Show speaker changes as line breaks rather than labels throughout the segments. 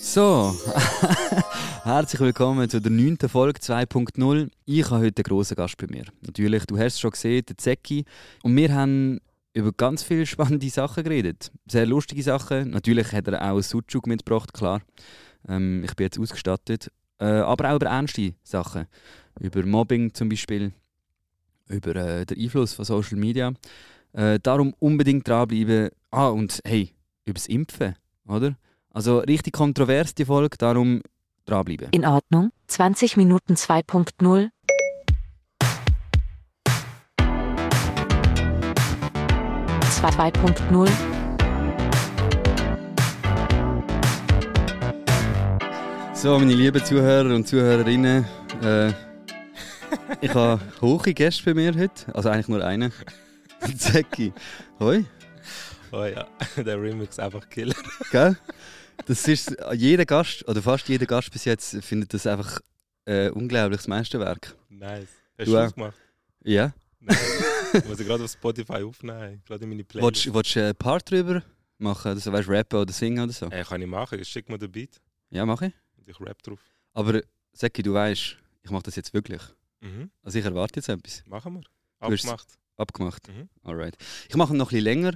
So, herzlich willkommen zu der 9. Folge 2.0. Ich habe heute einen grossen Gast bei mir. Natürlich, du hast es schon gesehen, der Zeki. Und wir haben über ganz viele spannende Sachen geredet. Sehr lustige Sachen. Natürlich hat er auch einen Sucuk mitgebracht, klar. Ähm, ich bin jetzt ausgestattet. Äh, aber auch über ernste Sachen. Über Mobbing zum Beispiel. Über äh, den Einfluss von Social Media. Äh, darum unbedingt dranbleiben. Ah, und hey, über das Impfen, oder? Also richtig kontrovers die Folge, darum dranbleiben.
In Ordnung, 20 Minuten 2.0. Zwei- 2.0,
So, meine lieben Zuhörer und Zuhörerinnen, äh, ich habe hohe Gäste bei mir heute, also eigentlich nur einen. Zeki. Hoi,
Oh ja, der Remix einfach killen.
gell? Das ist jeder Gast, oder fast jeder Gast bis jetzt, findet das einfach äh, unglaubliches Meisterwerk.
Nice. Hast
Du
du
auch?
es gemacht?
Ja?
Nein. Muss ich gerade auf Spotify aufnehmen, gerade in meine Playlist.
Willst willst du einen Part drüber machen? Also, weißt du, rappen oder singen oder so?
Ey, kann ich machen, schick mir den Beat
Ja, mache ich.
und ich rap drauf.
Aber Zeki, du weißt, ich mache das jetzt wirklich.
Mhm,
Also, ich erwarte jetzt etwas.
machen wir.
Du hast-
Abgemacht.
Abgemacht.
Mhm.
Alright. Ich mache ihn noch ein bisschen länger.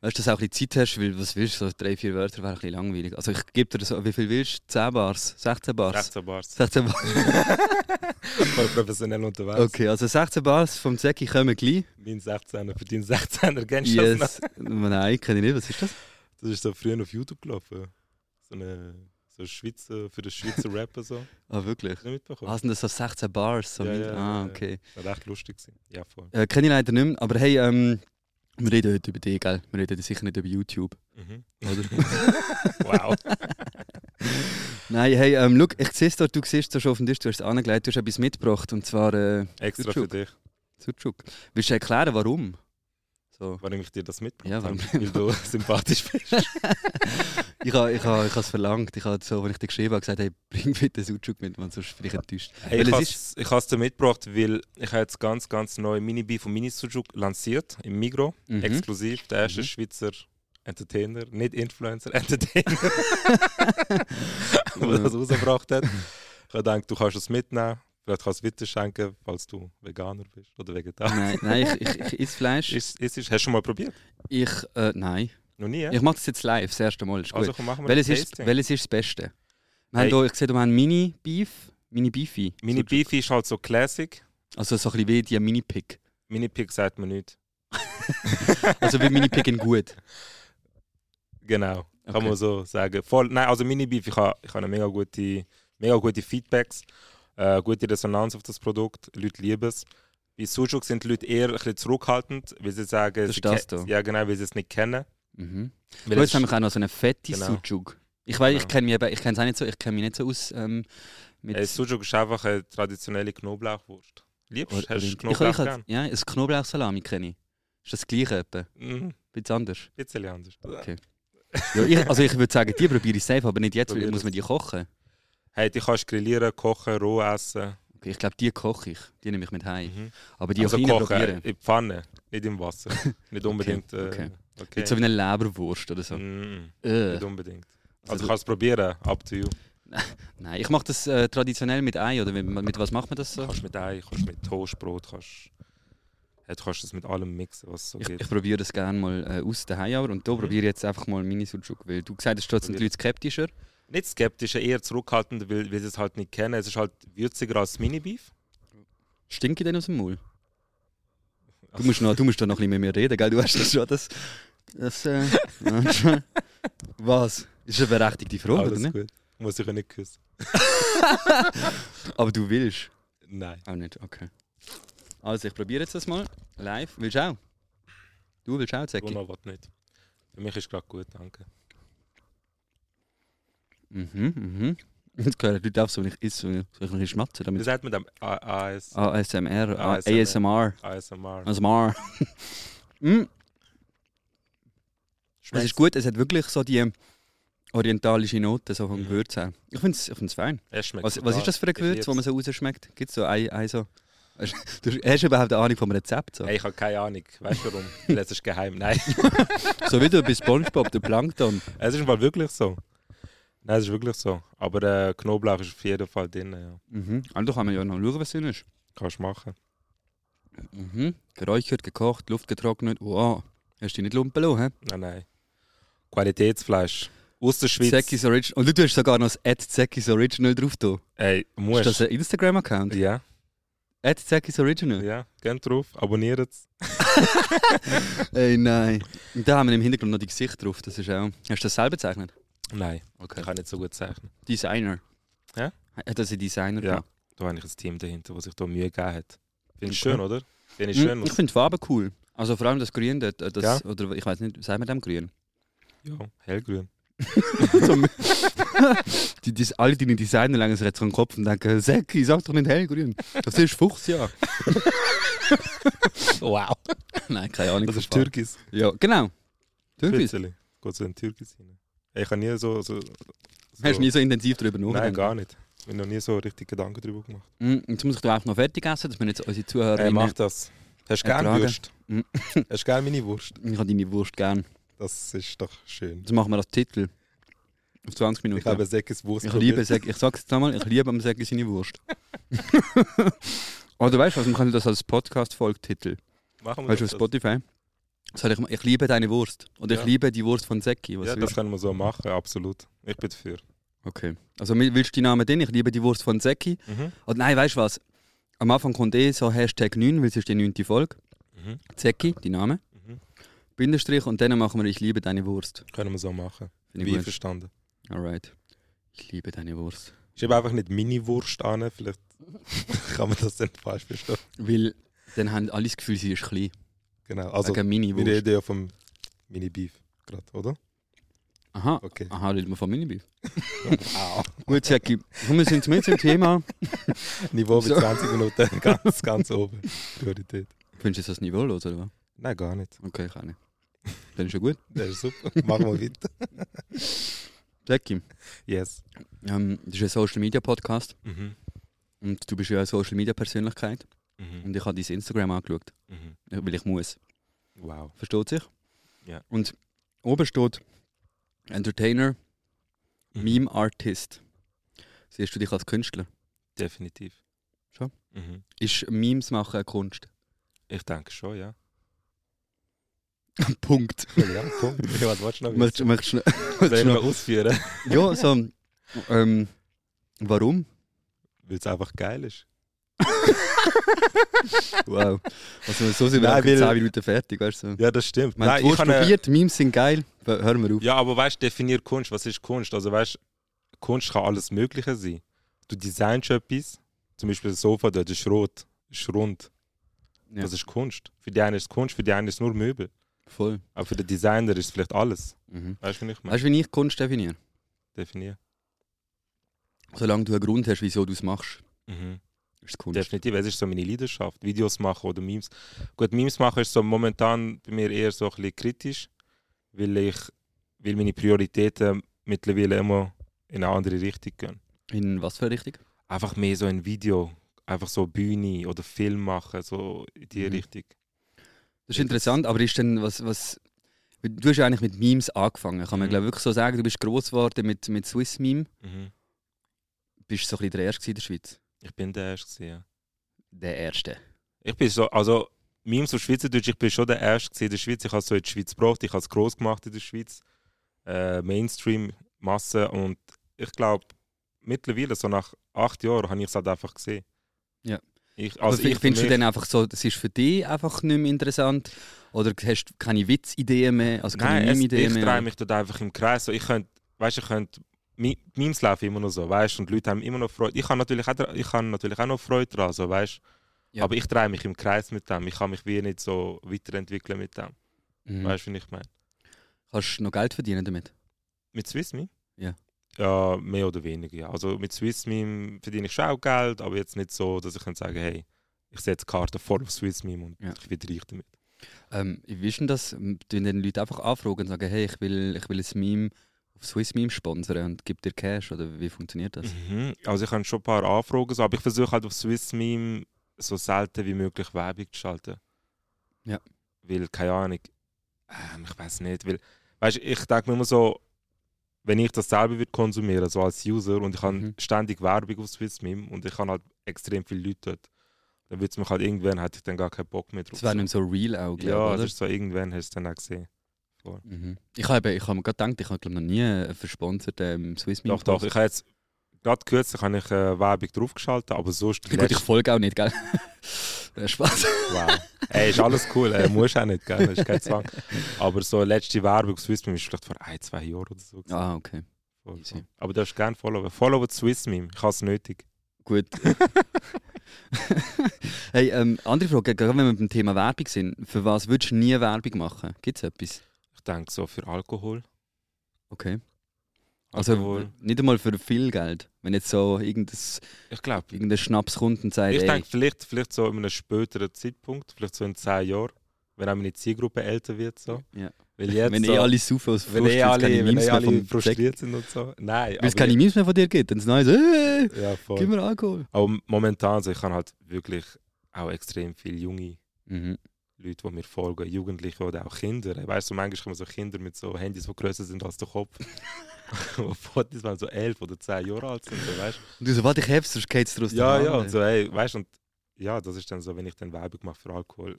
Weißt du, dass du auch ein bisschen Zeit hast, weil was willst du? So drei, vier Wörter wäre ein bisschen langweilig. Also ich gebe dir so, wie viel willst du? 10 Bars? 16 Bars?
16 Bars.
16 Bars.
Voll professionell unterwegs.
Okay, also 16 Bars vom Zeki kommen gleich.
Mein 16er, für deinen 16er, kennst du das noch?
Yes. Nein, kenne ich nicht. Was ist das?
Das ist so früher auf YouTube gelaufen. So eine, so Schweizer, für den Schweizer Rapper so. Hast
Ah, wirklich?
du nicht mitbekommen?
Ah, sind das so 16 Bars? So
Ja,
mit-
ja,
ah,
ja.
okay.
Das war echt lustig. gewesen. Ja, voll.
Äh, kenne ich leider nicht mehr, aber hey, ähm, wir reden heute über dich, gell? Wir reden sicher nicht über YouTube,
Mhm.
oder?
Wow.
Nein, hey, ähm, schau, ich sehe es dort, du siehst es schon auf dem Tisch, du hast es angelegt, du hast etwas mitgebracht und zwar... Äh,
Extra für
Sucuk.
dich.
Sucuk. Willst du erklären, warum? So.
Warum ich dir das mitgebracht
Ja, warum-
habe? Weil du sympathisch bist.
Ich habe ich ha, ich es verlangt. Ich habe so, als ich dir geschrieben habe, gesagt, hey, bring bitte Sucuk mit, man, sonst bin ich enttäuscht.
Hey,
Weil
ich
es
habe es ich has dir mitgebracht, weil ich habe jetzt ganz, ganz neu Mini-Bi von Mini-Sujuk lanciert im Migro.
Mhm.
Exklusiv, der erste
Mhm.
Schweizer Entertainer, nicht Influencer, Entertainer, der das rausgebracht hat. Ich habe gedacht, du kannst es mitnehmen, vielleicht kannst du es weiterschenken, falls du Veganer bist oder Vegetarier.
Nein, nein, ich, ich, ich esse Fleisch.
Ist, ist, ist, hast du schon mal probiert?
Ich, äh, nein.
Noch nie? Ja?
Ich mache das jetzt live, das erste Mal. Ist gut.
also komm, machen wir
welches,
ein
ist,
Tasting.
welches ist das Beste? Wir haben
Hey.
hier, ich sehe, wir haben Mini-Beef. Mini-Beefy. Sucuk.
Mini-Beef ist halt so Classic.
Also so ein bisschen wie die Mini-Pick.
Mini-Pig sagt man nicht.
Also wie Mini-Pick in gut.
Genau, kann
Okay.
man so sagen. Voll, nein, also Mini-Beef, ich habe ich ha eine mega gute, mega gute Feedbacks, äh, gute Resonanz auf das Produkt, Leute lieben es. Bei Sujuk sind die Leute eher ein bisschen zurückhaltend, weil sie sagen,
Das
sie
ist das
ke-
da.
ja genau, weil sie es nicht kennen.
Mhm.
Weil
Gut,
es
jetzt haben wir auch noch so eine fette
Genau.
Sucuk. Ich weiß, ich
Genau.
kenne mich eben- ich kenne es auch nicht so, ich kenne mich nicht so aus ähm, mit...
äh, Sujuk ist einfach eine traditionelle Knoblauchwurst. Liebst
Oder-
du? Hast du
ich, ich,
Knoblauch
ich,
gern?
ja, ein Knoblauchsalami kenne ich. Ist das gleiche etwa? Ein
Mhm, ein
bisschen anders?
bisschen anders.
Ja, ich, also ich würde sagen, die probiere ich safe, aber nicht jetzt, weil
Probier
muss man die kochen.
Hey, die kannst grillieren, kochen, roh essen.
Okay, ich glaube, die koche ich. Die nehme ich mit heim.
Mhm.
Aber die
also
auch
kochen,
probieren.
in die Pfanne, nicht im Wasser. nicht unbedingt. Äh,
okay.
okay.
Nicht so wie eine Leberwurst oder so.
Mhm,
Äh.
nicht unbedingt. Also,
Also,
du kannst es probieren, up to you.
nein, ich mache das äh, traditionell mit Ei oder mit, mit was macht man das so?
Kannst mit Ei, kannst mit Toastbrot, kannst. Ja, du kannst das mit allem mixen, was es so
Ich,
geht.
ich probiere das gerne mal äh, aus daheim, aber und da
Mhm.
probiere ich jetzt einfach mal mini Sucuk, weil du gesagt hast, trotzdem sind die Leute skeptischer.
Nicht skeptisch, eher zurückhaltend, weil, weil sie es halt nicht kennen. Es ist halt würziger als Mini-Beef.
Stinke denn aus dem Maul? Du
Ach.
musst, noch, du musst da noch ein bisschen mit mir reden, gell? Du hast das schon das. das äh, was? Ist eine berechtigte Frage, oder
Alles
nicht?
gut. Muss ich ja nicht küssen.
Aber du willst.
Nein.
Auch nicht, okay. Also, ich probiere jetzt das mal. Live. Willst du auch? Du willst auch, Zeki?
Bruno will nicht. Für mich ist gerade gut, danke.
Mhm, mhm. Jetzt hören die Leute auf, so wenn ich esse, wenn ich so ein bisschen schmatze.
Wie
Damit
sagt man dem? A- AS,
ASMR, A-
ASMR.
ASMR. ASMR.
ASMR.
Also mm, es
Schmeckt's?
ist gut, es hat wirklich so die orientalische Note so vom
Mhm.
Gewürz her. Ich finde es ich find's fein.
Es schmeckt
Was, was ist das für ein
total.
Gewürz,
Ich
das man so rausschmeckt? Gibt es so ein, ein so? Hast- Du hast du überhaupt eine Ahnung vom Rezept? So,
Hey, ich habe keine Ahnung. Weißt du warum? Weil es ist geheim. Nein.
so wie du bei SpongeBob, der Plankton.
Es ist mal wirklich so. Nein, es ist wirklich so. Aber äh, Knoblauch ist auf jeden Fall drin. Ja.
Mhm. Also kann man ja noch schauen, was drin ist.
Kannst du machen.
Mhm. Geräuchert, gekocht, Luft getrocknet. Wow. Hast du dich nicht lumpen lassen, hä?
Nein, nein. Qualitätsfleisch. Aus der Schweiz.
Zeckis Original. Und du hast sogar noch das Ad Zeckis Original drauf. Da.
Ey,
Ist das
musst.
ein Instagram-Account?
Ja,
Ad Zeckis Original?
ja. Geht drauf, abonniert es.
Ey, nein. Und da haben wir im Hintergrund noch die Gesichter drauf. Das ist auch... Hast du das selber gezeichnet?
Nein,
Okay.
ich kann nicht so gut zeichnen.
Designer.
Ja?
Hat das ein Designer
Ja.
gemacht?
Da habe ich ein Team dahinter, das sich da Mühe gegeben hat. Finde ich
Okay.
schön, oder? Finde ich schön.
Hm, Ich
aus.
finde die Farbe cool. Also vor allem das Grün dort. äh, Das,
Ja.
Oder ich weiß nicht, sagt man dem Grün?
Ja, hellgrün.
Zum- die, die, alle deine Designer legen sich jetzt an den Kopf und denken, Säcki, sag doch nicht hellgrün. Das ist Fuchs, ja.
Wow.
Nein, keine Ahnung.
Das
von
ist
Farbe.
Türkis.
Ja, genau. Türkis.
Türkis. Geht so in Türkis rein. Ich habe nie so. so, so
Hast du nie so intensiv darüber nachgedacht?
Nein, gar nicht. Ich habe noch nie so richtig Gedanken darüber gemacht.
Mm, Jetzt muss ich da auch noch fertig essen, dass wir jetzt unsere
Äh,
Zuhörerinnen...
mach das. Hast du gerne
Ertragen.
Wurst?
Mhm.
Hast du gerne meine Wurst?
ich habe deine Wurst gern.
Das ist doch schön.
Das machen wir als Titel. Auf 20 Minuten.
Ich habe Säckes Wurst.
Ich liebe Säck, ich sag's jetzt nochmal, ich liebe am Säcki seine Wurst. Oder weißt du was, man kann das als Podcast-Folgtitel.
Machen wir
Weißt du, auf
das.
Spotify. Soll ich, mal- ich liebe deine Wurst. Oder ich
Ja.
liebe die Wurst von Säcki. Was
Ja,
willst
das können wir so machen, absolut. Ich bin dafür.
du? okay. Also mi- willst du die Namen drin? Ich liebe die Wurst von Säcki.
Mhm.
Und nein, weißt du was? Am Anfang kommt eh so Hashtag 9, weil es ist die 9. Folge.
Mhm.
Zecki, die Name.
Mhm.
Bindestrich und dann machen wir Ich liebe deine Wurst.
Können wir so machen.
Finde
Wie
ich gut.
verstanden.
Alright. Ich liebe deine Wurst.
Schreib einfach nicht Mini-Wurst an, vielleicht kann man das dann falsch verstehen.
Weil dann haben alle das Gefühl, sie ist klein.
Genau, also
Wegen
wir
Mini-Wurst.
reden ja vom Mini-Beef gerade, oder?
Aha.
Okay.
Aha, reden wir von Mini-Beef.
Wow.
Gut, Zecki. komm, Wir sind mit im Thema.
Niveau bei
So.
20 Minuten, ganz, ganz oben. Priorität.
Findest du das Niveau los, oder was?
Nein, gar nicht.
Okay, kann ich. Dann ist ja gut.
Das ist super. Machen wir weiter.
Zecki,
Yes.
ähm, das ist ein Social-Media-Podcast
Mhm.
und du bist ja eine Social-Media-Persönlichkeit.
Mhm.
Und ich habe dein Instagram angeschaut, äh,
Mhm.
weil ich muss.
Wow.
Versteht sich?
Ja.
Und oben steht Entertainer,
Mhm.
Meme Artist. Siehst du dich als Künstler?
Definitiv.
Schon?
Mhm.
Ist Memes machen eine Kunst?
Ich denke schon, ja.
Punkt.
Ja, Punkt. Was wolltest du noch
Möchtest du
wissen?
möchtest du noch-
Soll
möchtest
ich
du
noch
noch?
ausführen?
Ja, so. Ähm, warum?
Weil es einfach geil ist.
Wow. Also, so sind wir
Nein,
auch in
weil-
10 Minuten fertig, weißt du?
Ja, das stimmt.
Ich meine, du hast
kann, äh,
probiert, Memes sind geil. W- Hören wir auf.
Ja, aber weißt du, definier Kunst. Was ist Kunst? Also weißt Kunst kann alles Mögliche sein. Du designst etwas, zum Beispiel ein Sofa dort ist rot, ist rund.
Ja.
Das ist Kunst. Für die einen ist es Kunst, für die einen ist es nur Möbel.
Voll.
Aber für den Designer ist es vielleicht alles.
Mhm.
Weißt du, wie ich meine?
Weißt du, wie ich Kunst definiere?
Definier.
Solange du einen Grund hast, wieso du es machst,
Mhm.
ist es Kunst.
Definitiv, es ist so meine Leidenschaft. Videos machen oder Memes. Gut, Memes machen ist so momentan bei mir eher so ein bisschen kritisch, weil ich, weil meine Prioritäten mittlerweile immer in eine andere Richtung gehen.
In was für eine Richtung?
einfach mehr so ein Video, einfach so Bühne oder Film machen, so in die
Mhm.
Richtung.
Das ist interessant, aber ist denn was, was. Du hast ja eigentlich mit Memes angefangen, kann man
Mhm.
glaub, wirklich so sagen. Du bist gross geworden mit, mit Swiss Meme.
Mhm.
Bist so ein bisschen der Erste gewesen in der Schweiz.
Ich bin der Erste. gewesen, Ja.
Der Erste.
Ich bin so, also Memes auf Schweizerdeutsch, ich bin schon der Erste gewesen in der Schweiz. Ich habe es so in die Schweiz gebracht, ich habe es gross gemacht in der Schweiz. Äh, Mainstream, Masse und ich glaube, mittlerweile, so nach acht Jahren, habe ich es halt einfach gesehen.
Ja.
Ich,
Also
also
aber
ich
findest
für
du
mich-
dann einfach so, das ist für dich einfach nicht mehr interessant? Oder hast du keine Witzideen mehr? Also keine
Nein, es, ich
Meme-Ideen
drehe
mehr?
mich dort einfach im Kreis. So, ich könnte, weißt, ich könnte, Mi- Memes laufen immer noch so, weißt, und die Leute haben immer noch Freude. Ich habe natürlich auch, dra- ich habe natürlich auch noch Freude dran, so, weißt.
Ja.
Aber ich drehe mich im Kreis mit dem. Ich kann mich wie nicht so weiterentwickeln mit dem.
Mhm.
Weißt du, wie ich meine?
Kannst du noch Geld verdienen damit?
Mit Swissmeme?
Ja.
Ja, mehr oder weniger. Ja. Also mit Swissmeme verdiene ich schon auch Geld, aber jetzt nicht so, dass ich könnte sagen, hey, ich setze Karten vor auf Swissmeme und
Ja.
ich werde reich damit.
Ähm, wie ist denn das? Tun den Leute einfach anfragen und sagen, hey, ich will, ich will ein Meme auf Swiss Meme sponsern und gib dir Cash? Oder wie funktioniert das?
Mhm. Also ich habe schon ein paar Anfragen, so, aber ich versuche halt auf Swissmeme so selten wie möglich Werbung zu schalten.
Ja.
Weil, keine Ahnung, ähm, ich weiß nicht, weil, weißt du, ich denke mir immer so, wenn ich das selber würde konsumieren, so als User, und ich habe
Mhm.
ständig Werbung auf SwissMeme und ich habe halt extrem viele Leute dort, dann würde es mich halt irgendwann, hätte ich dann gar keinen Bock mehr drauf.
Das wäre nicht so real auch, glaube
ja,
ich.
das
oder?
ist so, irgendwann hast du es dann auch gesehen.
Mhm. Ich habe eben- ich habe mir gerade gedacht, ich habe glaub, noch nie einen versponserten ähm, Swiss
Doch, doch, ich habe jetzt, gerade kürzlich habe ich äh, Werbung draufgeschaltet, aber sonst...
Gut, ich folge auch nicht, gell? Äh, Spaß.
Wow. Ey, ist alles cool, ey, musst auch nicht, gell? Das ist kein Zwang. Aber so eine letzte Werbung auf SwissMeme ist vielleicht vor ein, zwei Jahren oder so. gewesen.
Ah, okay.
Voll,
easy.
voll. Aber du darfst gerne followen. Followen SwissMeme, ich habe es nötig.
Gut. hey, ähm, andere Frage, gerade wenn wir beim Thema Werbung sind, für was würdest du nie Werbung machen? Gibt es etwas?
Ich denke so für Alkohol.
Okay. Also
Alkohol.
w- nicht einmal für viel Geld. Wenn jetzt so irgendein,
ich glaube,
irgendein Schnaps kommt und sagt,
ich
ey,
denke vielleicht, vielleicht so in einem späteren Zeitpunkt, vielleicht so in zehn Jahren, wenn auch meine Zielgruppe älter wird. So.
Ja.
Weil jetzt
wenn
so,
eh alle saufen aus
wenn eh alle, wenn eh alle
Weil
frustriert sind und so. Nein,
es keine Memes mehr von dir gibt, dann ist es nice, äh,
ich, ja,
gib
voll.
mir Alkohol.
Aber momentan, so, ich habe halt wirklich auch extrem viele junge
Mhm.
Leute, die mir folgen, Jugendliche oder auch Kinder. Weißt du, manchmal kommen so Kinder mit so Handys, die größer sind als der Kopf. Und Fotos, wenn so elf oder zehn Jahre alt sind, so, weißt
Und du so, warte, ich hab's, sonst geht's dir aus
du?
der
Ja,
Hand,
ja, also-
ey.
und so, ey, weißt du, und ja, das ist dann so, wenn ich dann Werbung mache für Alkohol,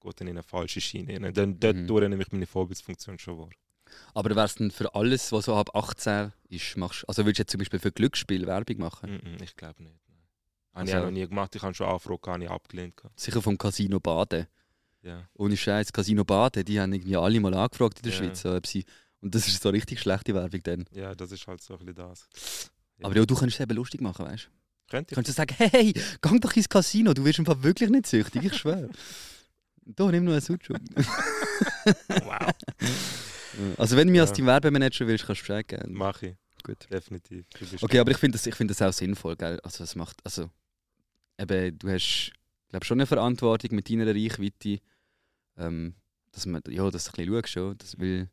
geht dann in eine falsche Schiene. rein. Dann dort
Mhm.
durch nehme ich meine Vorbildsfunktion schon wahr.
Aber wär's denn für alles, was so ab 18 ist, machst Also würdest du jetzt zum Beispiel für Glücksspiel Werbung machen?
Mhm, ich glaube nicht. nein. Habe
Ah. Also-
ich auch noch nie gemacht, ich habe schon Anfragen, habe ich abgelehnt. gehabt.
Sicher vom Casino Baden.
Ja.
Ohne Scheiß, Casino Baden, die haben irgendwie alle mal angefragt in der
Ja.
Schweiz, so, ob sie... Und das ist so richtig schlechte Werbung dann.
ja, das ist halt so ein bisschen das. Ja.
Aber ja, du kannst es eben lustig machen, weißt du?
Könnte
Du
ich
kannst du sagen, hey, gang doch ins Casino, du wirst im Fall wirklich nicht süchtig, ich schwöre. Da nimm nur einen Sucho.
Oh, Wow.
Also wenn du mich
Ja.
als dein Werbemanager willst, kannst du Bescheid geben.
Mache ich,
Gut.
definitiv. Du bist
Okay, aber ich finde das, ich find das auch sinnvoll, gell? Also es macht, also eben, du hast, glaube schon eine Verantwortung mit deiner Reichweite, ähm, dass man, ja, dass du ein bisschen schaust, ja, das will...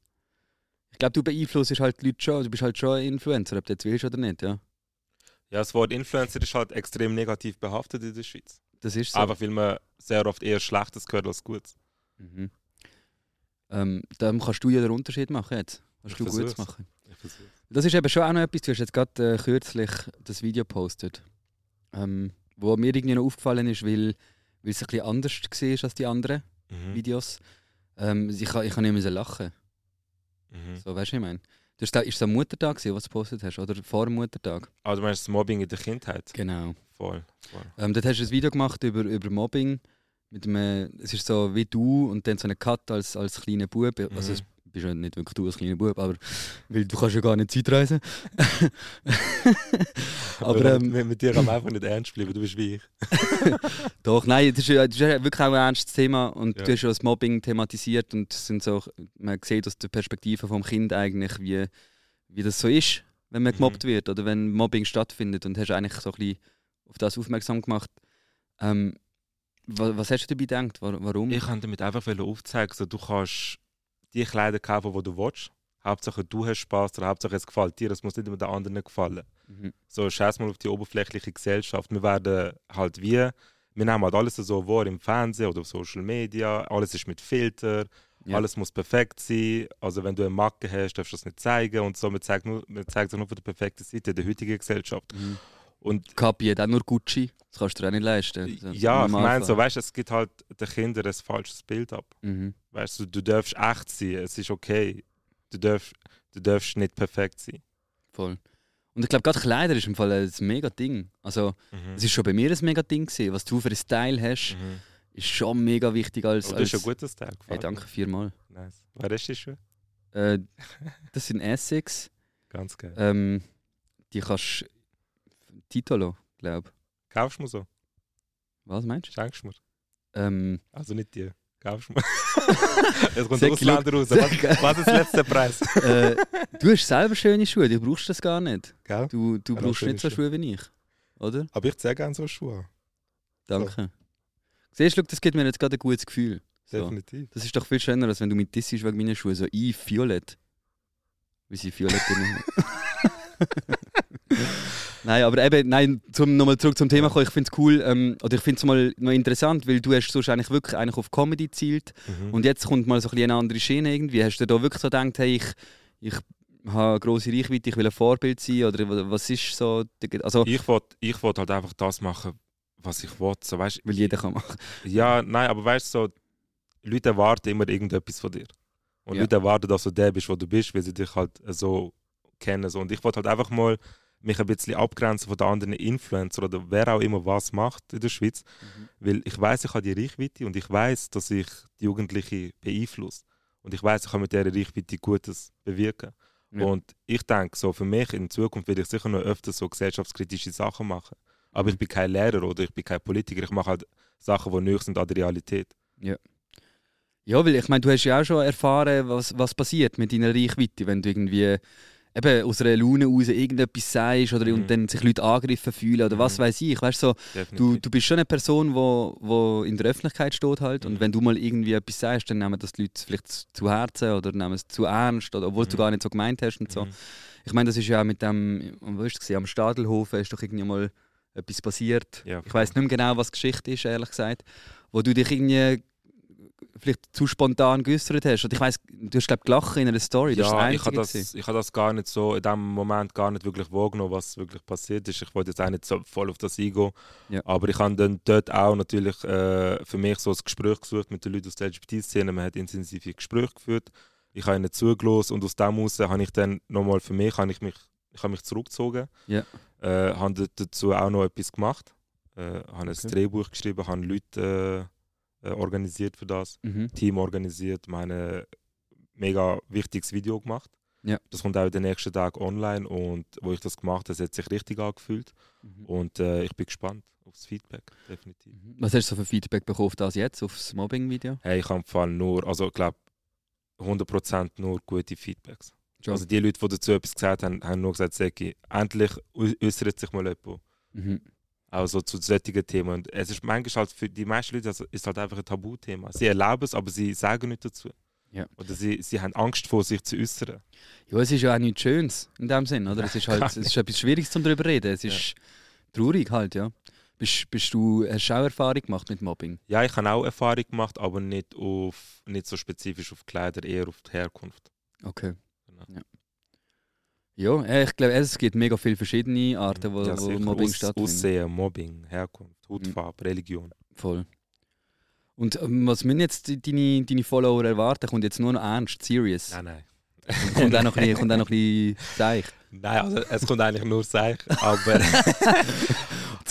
Ich glaube, du beeinflusst halt die Leute schon, du bist halt schon ein Influencer, ob du jetzt willst oder nicht, ja.
Ja, das Wort Influencer ist halt extrem negativ behaftet in der Schweiz.
Das ist so.
Einfach weil man sehr oft eher Schlechtes gehört als Gutes.
Mhm. Ähm, dann kannst du ja den Unterschied machen jetzt.
Ich
Kannst du
versuch's.
gut machen.
Ich versuch's.
Das ist eben schon auch noch etwas, du hast jetzt gerade äh, kürzlich das Video gepostet, ähm, wo mir irgendwie noch aufgefallen ist, weil, weil es ein bisschen anders war als die anderen
Mhm.
Videos. Ähm, ich kann ich kann nicht mehr lachen.
Mhm.
So, weißt du, was ich meine? Du hast, da- ist es am Muttertag, gewesen, was du gepostet hast, oder vor dem Muttertag?
Aber Also, du meinst das Mobbing in der Kindheit?
Genau.
Voll. voll.
Ähm, dort hast du ein Video gemacht über, über Mobbing. Mit einem, es ist so wie du und dann so eine Cut als, als kleiner Bub. Also,
Mhm.
es bist ja nicht wirklich du als kleiner Bub, aber weil du kannst ja gar nicht Zeitreisen. aber
Weil
ähm,
mit, mit dir kann man einfach nicht ernst bleiben, du bist wie ich.
doch, nein, das ist, ja- das ist ja wirklich auch ein ernstes Thema und
Ja.
du hast ja das Mobbing thematisiert und es sind so, man sieht aus der Perspektive vom Kind eigentlich, wie, wie das so ist, wenn man
Mhm.
gemobbt wird oder wenn Mobbing stattfindet und hast eigentlich so ein bisschen auf das aufmerksam gemacht. Ähm, was, was hast du dabei gedacht? Wa- Warum?
Ich kann damit einfach aufzeigen, so, du kannst die Kleider kaufen, die du willst. Hauptsache du hast Spaß oder Hauptsache es gefällt dir, es muss nicht immer den anderen gefallen.
Mhm.
so scheiß mal auf die oberflächliche Gesellschaft. Wir werden halt wie, wir nehmen halt alles so wahr im Fernsehen oder auf Social Media, alles ist mit Filter,
Ja.
alles muss perfekt sein. Also wenn du eine Macke hast, darfst du das nicht zeigen und so. Man zeigt, nur, man zeigt sich nur von der perfekten Seite der heutigen Gesellschaft.
Mhm.
Und
Kapi hat auch nur Gucci. Das kannst du dir auch nicht leisten. So,
ja, ich
normal
meine so,
fahren.
weißt du, es gibt halt den Kindern ein falsches Bild ab.
Mhm.
Weißt du, du darfst echt sein, es ist okay. Du darfst, du darfst nicht perfekt sein.
Voll. Und ich glaube, gerade Kleider ist im Fall ein mega Ding. Also,
Mhm.
es ist schon bei mir ein mega Ding gewesen. Was du für einen Style hast,
Mhm.
ist schon mega wichtig als.
Oh, das ist ein
als
guter Tag.
hey, danke viermal.
Nice. Wer ist das schon?
Äh, das sind Essex.
Ganz geil.
Ähm, die kannst du Titolo, glaube
Kaufst du mir so?
Was meinst
Schenkst du mir?
du? Ähm,
Also nicht dir. Kaufst du mir? Jetzt kommt
Sehr
der Ausländer raus.
sehr
Was, was ist der letzte Preis?
äh, du hast selber schöne Schuhe, du brauchst das gar nicht.
Gell?
Du, du
Ja,
brauchst
schöne
nicht so Schuhe wie ich. Oder?
Aber ich zeige gerne so Schuhe.
Danke. Siehst du, schau, das gibt mir jetzt gerade ein gutes Gefühl. So.
Definitiv.
Das ist doch viel schöner, als wenn du mit Tiss wegen meiner Schuhe so i violett. Wie sie violett drin Nein, aber eben, nein, zum, nochmal zurück zum Thema kommen, ich finde es cool, ähm, oder ich finde es mal noch interessant, weil du hast sonst eigentlich wirklich eigentlich auf Comedy gezielt
Mhm.
und jetzt kommt mal so ein bisschen eine andere Schiene irgendwie. Hast du dir da wirklich so gedacht, hey, ich, ich habe grosse Reichweite, ich will ein Vorbild sein oder was ist so? Also,
Ich wollte ich wollt halt einfach das machen, was ich wollte. So, weißt,
weil jeder kann machen.
ja, nein, aber weißt du, so, Leute erwarten immer irgendetwas von dir. Und
Ja.
Leute erwarten, dass du der bist, wo du bist, weil sie dich halt so kennen. So. Und ich wollte halt einfach mal mich ein bisschen abgrenzen von den anderen Influencer oder wer auch immer was macht in der Schweiz. Weil ich weiß, ich habe die Reichweite und ich weiß, dass ich die Jugendlichen beeinflusse. Und ich weiß, ich kann mit dieser Reichweite Gutes bewirken.
Ja.
Und ich denke, so für mich in Zukunft werde ich sicher noch öfter so gesellschaftskritische Sachen machen. Aber ich bin kein Lehrer oder ich bin kein Politiker. Ich mache halt Sachen, die nöch sind an der Realität.
Ja, weil ich meine, du hast ja auch schon erfahren, was, was passiert mit deiner Reichweite, wenn du irgendwie eben aus einer Laune raus irgendetwas sagst oder
Mhm.
und dann sich Leute angegriffen fühlen oder was
Mhm.
weiß ich. Weißt, so, du,
Definitiv.
du bist schon eine Person, wo, wo in der Öffentlichkeit steht halt und
Mhm.
wenn du mal irgendwie etwas sagst, dann nehmen das die Leute vielleicht zu- zu Herzen oder nehmen es zu ernst, oder, obwohl du
Mhm.
gar nicht so gemeint hast und so.
Mhm.
Ich meine, das ist ja auch mit dem, wo ist das gewesen? am Stadelhofen ist doch irgendwie mal etwas passiert.
Ja,
Ich weiß nicht mehr genau, was Geschichte ist, ehrlich gesagt, wo du dich irgendwie vielleicht zu spontan geäußert hast. Und ich weiß, du hast glaube gelacht in einer Story. das ist das
ja, ich
Einzige
habe das,
gewesen.
ich habe das gar nicht so in dem Moment gar nicht wirklich wahrgenommen, was wirklich passiert ist. Ich wollte jetzt auch nicht so voll auf das eingehen.
Ja.
Aber ich habe dann dort auch natürlich äh, für mich so ein Gespräch gesucht mit den Leuten aus der LGBT-Szene. Man hat intensive Gespräche geführt. Ich habe ihnen zugelassen und aus dem heraus habe ich dann nochmal für mich, habe ich mich, ich habe mich zurückgezogen.
Ja.
Äh, habe dort dazu auch noch etwas gemacht. Äh, habe
Okay.
ein Drehbuch geschrieben, habe Leute äh, äh, organisiert für das.
Mhm.
Team organisiert, meine mega wichtiges Video gemacht.
Ja.
Das kommt auch den nächsten Tag online und wo ich das gemacht habe, es hat sich richtig angefühlt
Mhm.
und äh, ich bin gespannt aufs Feedback, definitiv.
Was hast du so für Feedback bekommen auf das jetzt, auf das Mobbing-Video?
Hey, ich habe im Fall nur, also ich glaube 100% nur gute Feedbacks. Also die Leute, die dazu etwas gesagt haben, haben nur gesagt, Seki, endlich äu- äußert sich mal jemand.
Mhm.
Also zu solchen Themen. Und es ist manchmal halt für die meisten Leute also ist halt einfach ein Tabuthema. Sie erleben es, aber sie sagen nicht dazu.
Ja.
Oder sie, sie haben Angst vor sich zu äußern.
Ja, es ist ja auch nichts Schönes in dem Sinn, oder? Es ist halt,
Gar
es ist etwas Schwieriges zum darüber reden. Es ist traurig halt, ja. Bist, bist du, hast du auch Erfahrung gemacht mit Mobbing?
Ja, ich habe auch Erfahrung gemacht, aber nicht, auf, nicht so spezifisch auf Kleider, eher auf die Herkunft.
Okay.
Genau.
Ja. Ja, äh, ich glaube, es gibt mega viele
Mhm.
verschiedene Arten, wo,
Ja,
wo
sicher.
Mobbing
Aus-
stattfindet. Mhm.
Aussehen, Mobbing, Herkunft, Hautfarbe, Religion.
Voll. Und ähm, was müssen jetzt die- deine, deine Follower erwarten? Kommt jetzt nur noch ernst, serious?
Nein, nein.
Kommt auch noch ein bisschen, kommt auch noch ein bisschen seich.
Nein, also es kommt eigentlich nur Seich, aber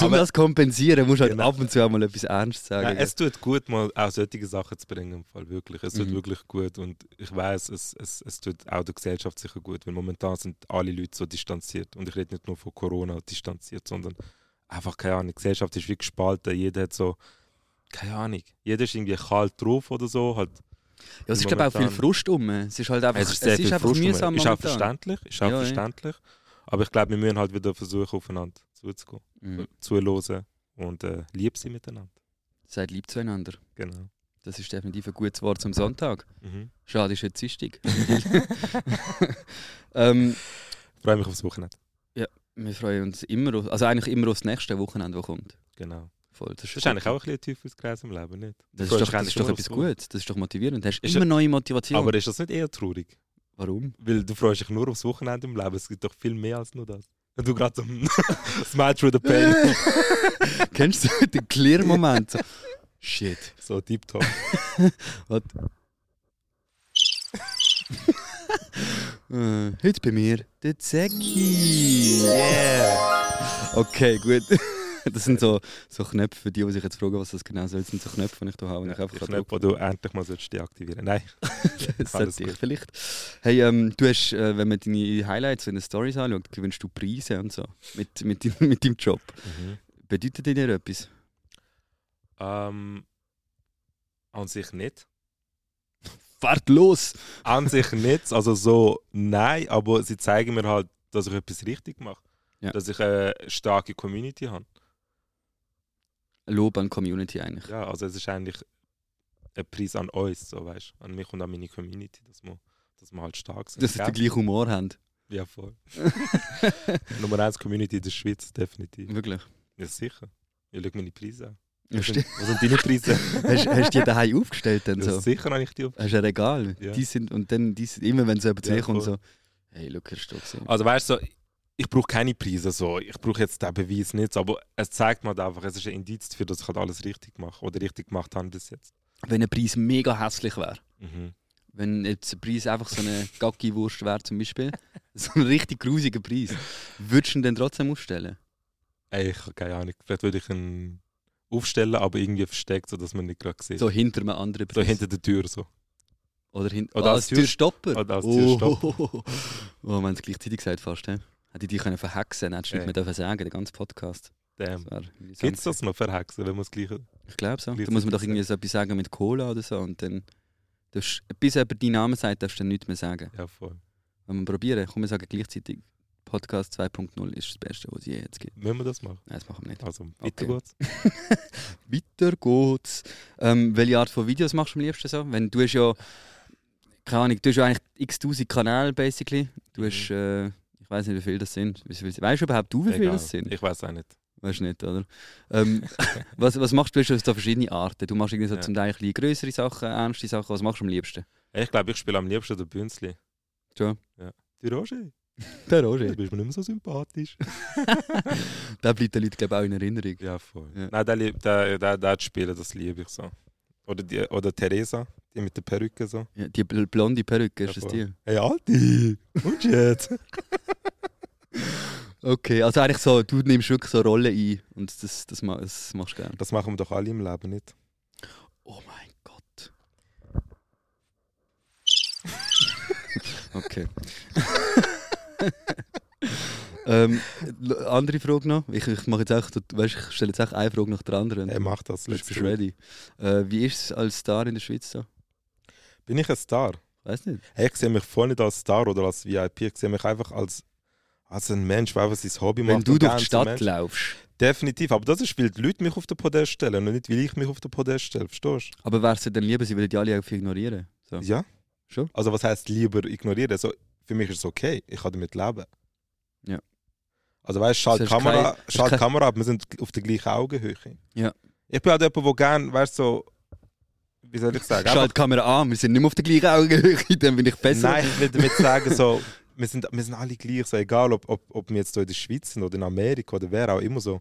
Um
Aber-
das zu kompensieren, musst du halt
Genau.
ab und zu auch mal etwas ernst sagen.
nein, es tut gut, mal auch solche Sachen zu bringen, im Fall wirklich. Es tut
Mhm.
wirklich gut und ich weiß, es, es, es tut auch der Gesellschaft sicher gut, weil momentan sind alle Leute so distanziert und ich rede nicht nur von Corona distanziert, sondern einfach keine Ahnung. Die Gesellschaft ist wie gespalten, jeder hat so, keine Ahnung, jeder ist irgendwie kalt drauf oder so, halt
ja, es ist glaube ich, auch viel
momentan-
Frust um. Es ist halt einfach,
Es ist sehr viel
einfach
Frust. rum.
mühsam
Ist auch
momentan.
verständlich. Ist auch
Ja, ja.
verständlich. Aber ich glaube, wir müssen halt wieder versuchen, aufeinander zuzugehen,
Mhm.
zuhören und äh, lieb sein miteinander.
Seid lieb zueinander.
Genau.
Das ist definitiv ein gutes Wort zum Sonntag.
Mhm.
Schade, ist jetzt Dienstag. ähm,
Ich freue mich aufs Wochenende.
wir freuen uns immer, auf- also eigentlich immer aufs nächste Wochenende, das kommt.
Genau.
Voll, das
Das ist eigentlich auch ein bisschen ein tiefes Kreis im Leben, nicht?
Das ist
Freust
doch,
dich
das
eigentlich
ist doch
immer aufs
etwas Gutes, das ist doch motivierend. Du hast
Ist
immer
ja-
neue Motivation.
Aber ist das nicht eher traurig?
Warum?
Weil du freust dich nur aufs Wochenende im Leben. Es gibt doch viel mehr als nur das. Wenn Du gerade so Smile through the pain.
Kennst du den Clear-Moment? So, Shit.
so tiptop.
Was? Äh, Heute bei mir der Zeki.
Yeah.
Okay, gut. Das sind so, so Knöpfe, für die, die sich jetzt fragen, was das genau soll. Das sind so Knöpfe, die ich hier habe. und
Ich
ich einfach
nicht, wo du endlich mal solltest deaktivieren. Nein.
Das
Alles
sollte ich
gut.
vielleicht. Hey, ähm, du hast, äh, wenn man deine Highlights in den Stories anschaut, gewinnst du Preise und so. Mit, mit, dein- mit deinem Job. Mhm. Bedeutet dir dir etwas?
Ähm, an sich nicht.
Fahrt los!
An sich nicht, also so nein, aber sie zeigen mir halt, dass ich etwas richtig mache.
Ja.
Dass ich eine starke Community habe.
Lob an die Community eigentlich.
Ja, also es ist eigentlich ein Preis an uns, so weißt An mich und an meine Community, dass wir, dass wir halt stark sind.
Dass sie
gell?
den gleichen Humor haben.
ja, voll. Nummer eins Community in der Schweiz, definitiv.
Wirklich.
Ja, sicher. Ich schaue meine Preise an.
Ja,
Was sind,
stimmt.
was sind deine Preise?
hast, hast du die daheim aufgestellt dann
ja,
so?
sicher habe ich die auf.
Hast du ein Regal?
Ja.
Die sind, und dann die sind, immer wenn so jemand zu
Ja,
dir kommt, so,
voll.
Hey, Luca, hast du gesehen.
Also weißt du, so, ich brauche keine Preise so, ich brauche jetzt den Beweis nicht, so, aber es zeigt mir halt einfach, es ist ein Indiz dafür, dass ich halt alles richtig mache oder richtig gemacht habe bis jetzt.
Wenn ein Preis mega hässlich wäre.
Mhm.
Wenn jetzt ein Preis einfach so eine Gacki-Wurst wäre, zum Beispiel. So ein richtig grusiger Preis. Würdest du ihn dann trotzdem ausstellen?
Ey, ich habe keine Ahnung, vielleicht würde ich ihn aufstellen, aber irgendwie versteckt, sodass man ihn nicht gerade sieht. So,
So hinter einem anderen Preis.
hinter der Tür so.
Oder, hin
Oder
als
als Tür-
Türstopper.
Oder als
oh, oh, oh, oh. oh, wir haben es gleichzeitig gesagt fast. He? Hätte ich dich können verhexen hättest du
Ey.
nicht mehr dürfen sagen, den ganzen Podcast.
Damn.
Das wär
Gibt es
mühsam.
das noch verhexen, wenn man es gleich.
Ich glaube so. Da
Gleichzeitig
muss man doch irgendwie so etwas sagen mit Cola oder so. Und dann, darfst, bis jemand deinen Namen sagt, darfst du dann nichts mehr sagen.
Ja, voll.
Wenn wir probieren, komm, wir sagen gleichzeitig, Podcast 2.0 ist das Beste, was es je jetzt gibt.
Müssen wir das machen?
Nein, das machen wir nicht.
Also, weiter geht's.
Weiter geht's. Ähm, welche Art von Videos machst du am liebsten so? Wenn du hast ja, keine Ahnung, du hast ja eigentlich x-tausend Kanäle, basically.
Mhm.
Du hast, äh, ich weiß nicht, wie viele das sind. Wie viel, weißt du überhaupt, du, wie viele
Egal.
das sind?
Ich weiß auch nicht.
Weißt du nicht, oder? Ähm, was, was machst du? Du hast da verschiedene Arten. Du machst irgendwie so
Ja.
zum Teil ein bisschen größere Sachen, ernste Sachen. Was machst du am liebsten?
Ich glaube, ich spiele am liebsten den Bünzli.
Schon?
Ja. Die Roger,
Der
du bist mir nicht mehr so sympathisch.
Der bleibt den Leuten, glaube ich, auch in Erinnerung.
Ja, voll.
Ja.
Nein, der, lieb, der, der, der hat spielen, das liebe ich so. Oder, die, oder Theresa, die mit der Perücke so.
Ja, die bl- blonde Perücke, ist
Ja,
das
voll.
die?
Hey, Alti, und jetzt?
Okay, also eigentlich so, du nimmst wirklich so Rollen ein und das, das, ma- das machst du gerne.
Das machen wir doch alle im Leben nicht.
Oh mein Gott. Okay. ähm, l- andere Frage noch. Ich, ich mache jetzt auch, weißt, ich stelle jetzt auch eine Frage nach der anderen.
Hey, mach das.
Bist
Let's
bist
do it.
ready. Äh, wie ist es als Star in der Schweiz so?
Bin ich ein Star?
Weiß nicht.
Hey, ich sehe mich voll nicht als Star oder als VIP. Ich sehe mich einfach als, als ein Mensch, der einfach sein Hobby
Wenn
macht.
du
und
durch
gerne
die
zum
Stadt
Mensch-
laufst.
Definitiv. Aber das ist, weil die Leute mich auf den Podest stellen und nicht, weil ich mich auf den Podest stelle. Verstehst
Aber wärst du dann lieber, sie würden die alle einfach ignorieren? So.
du? Ja.
Schon.
Also, was heißt lieber ignorieren? Also, für mich ist es okay. Ich kann damit leben.
Ja.
Also, weißt du, schalt die
Es ist
Kamera,
kein- es ist
schalt die
kein-
Kamera ab. Wir sind auf der gleichen Augenhöhe.
Ja.
Ich bin halt jemand, der gerne, weißt du, so, wie soll ich sagen? Einfach-
Schalt die Kamera an, wir sind nicht mehr auf der gleichen Augenhöhe, dann bin ich besser.
Nein, ich will damit sagen, so, wir, sind, wir sind alle gleich, so, egal ob, ob, ob wir jetzt hier in der Schweiz sind oder in Amerika oder wer auch immer so.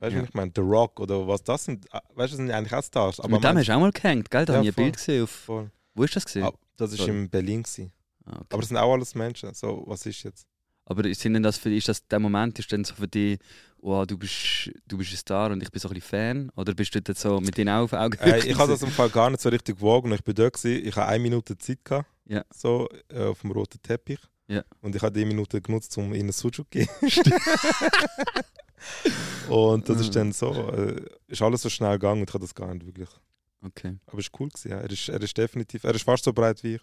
Weißt du,
Ja.
was ich meine, The Rock oder was das sind, äh, weißt du, das sind eigentlich auch Stars. Aber
Mit dem
man-
hast du auch mal gehängt, gell? Da
Ja,
habe ich ein
voll.
Bild gesehen. Auf,
voll.
wo ist das gesehen?
Ah, das ist
Sorry.
in Berlin. Gewesen.
Ah, okay.
Aber das sind auch alles Menschen. So, was ist jetzt?
Aber sind denn das für, ist das der Moment, ist dann so für dich, wow, du bist, du bist ein Star und ich bin so ein bisschen Fan? Oder bist du dort so mit denen auch auf Augenhöhe?
Äh, ich habe das im Fall gar nicht so richtig gewogen. Ich bin da, gewesen, ich habe eine Minute Zeit gehabt,
Ja.
so, äh, auf dem roten Teppich.
Ja.
Und ich habe die Minute genutzt, um ihnen Sujuk zu geben. Und das ist dann so, äh, ist alles so schnell gegangen und ich habe das gar nicht wirklich.
Okay.
Aber es war cool. Gewesen, ja. er, ist, er ist definitiv, er ist fast so breit wie ich.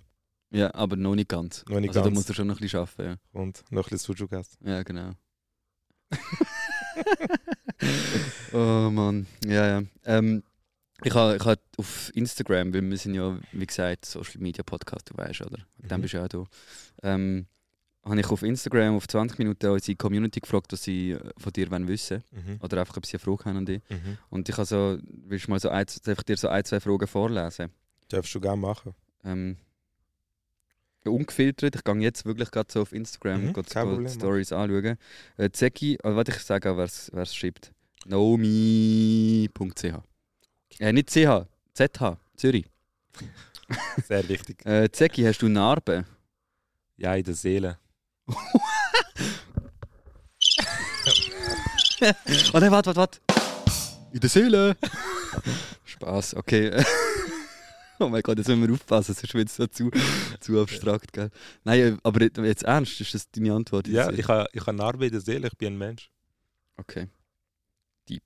Ja, aber noch nicht ganz.
Noch nicht
also da
ganz.
musst du schon noch ein bisschen arbeiten,
Und noch ein bisschen Sujuk essen.
ja. Ja, genau. oh Mann, ja, ja. Ähm, ich habe ich ha auf Instagram, weil wir sind ja, wie gesagt, Social Media Podcast, du weißt, oder? Mhm. Dann
Mhm.
bist du ja auch da. Ähm, habe ich auf Instagram auf 20 Minuten unsere Community gefragt, was sie äh, von dir wollen wissen
Mhm.
Oder einfach, ob sie eine Frage haben an dich.
Mhm.
Und ich habe so, willst du mal so ein, darf ich dir so ein, zwei Fragen vorlesen?
Darfst du gerne machen.
Ähm, ja, ungefiltert, ich gehe jetzt wirklich gerade so auf Instagram
Mhm,
und gehe
kein
die
Problem.
Stories anschauen. Äh, Zeki, oh, warte, ich sage auch, wer es schreibt. Naomi.ch äh, Nicht CH, ZH, Zürich.
Sehr wichtig.
Äh, Zeki, hast du Narben?
ja, in der Seele.
Oh nein, warte, warte, warte. In der Seele. Spaß, okay. oh mein Gott, jetzt müssen wir aufpassen, sonst wird es so zu, zu abstrakt, gell? Nein, äh, aber jetzt ernst, ist das deine Antwort?
Ja, ich habe ich habe Narbe in der Seele, ich bin ein Mensch.
Okay. Deep.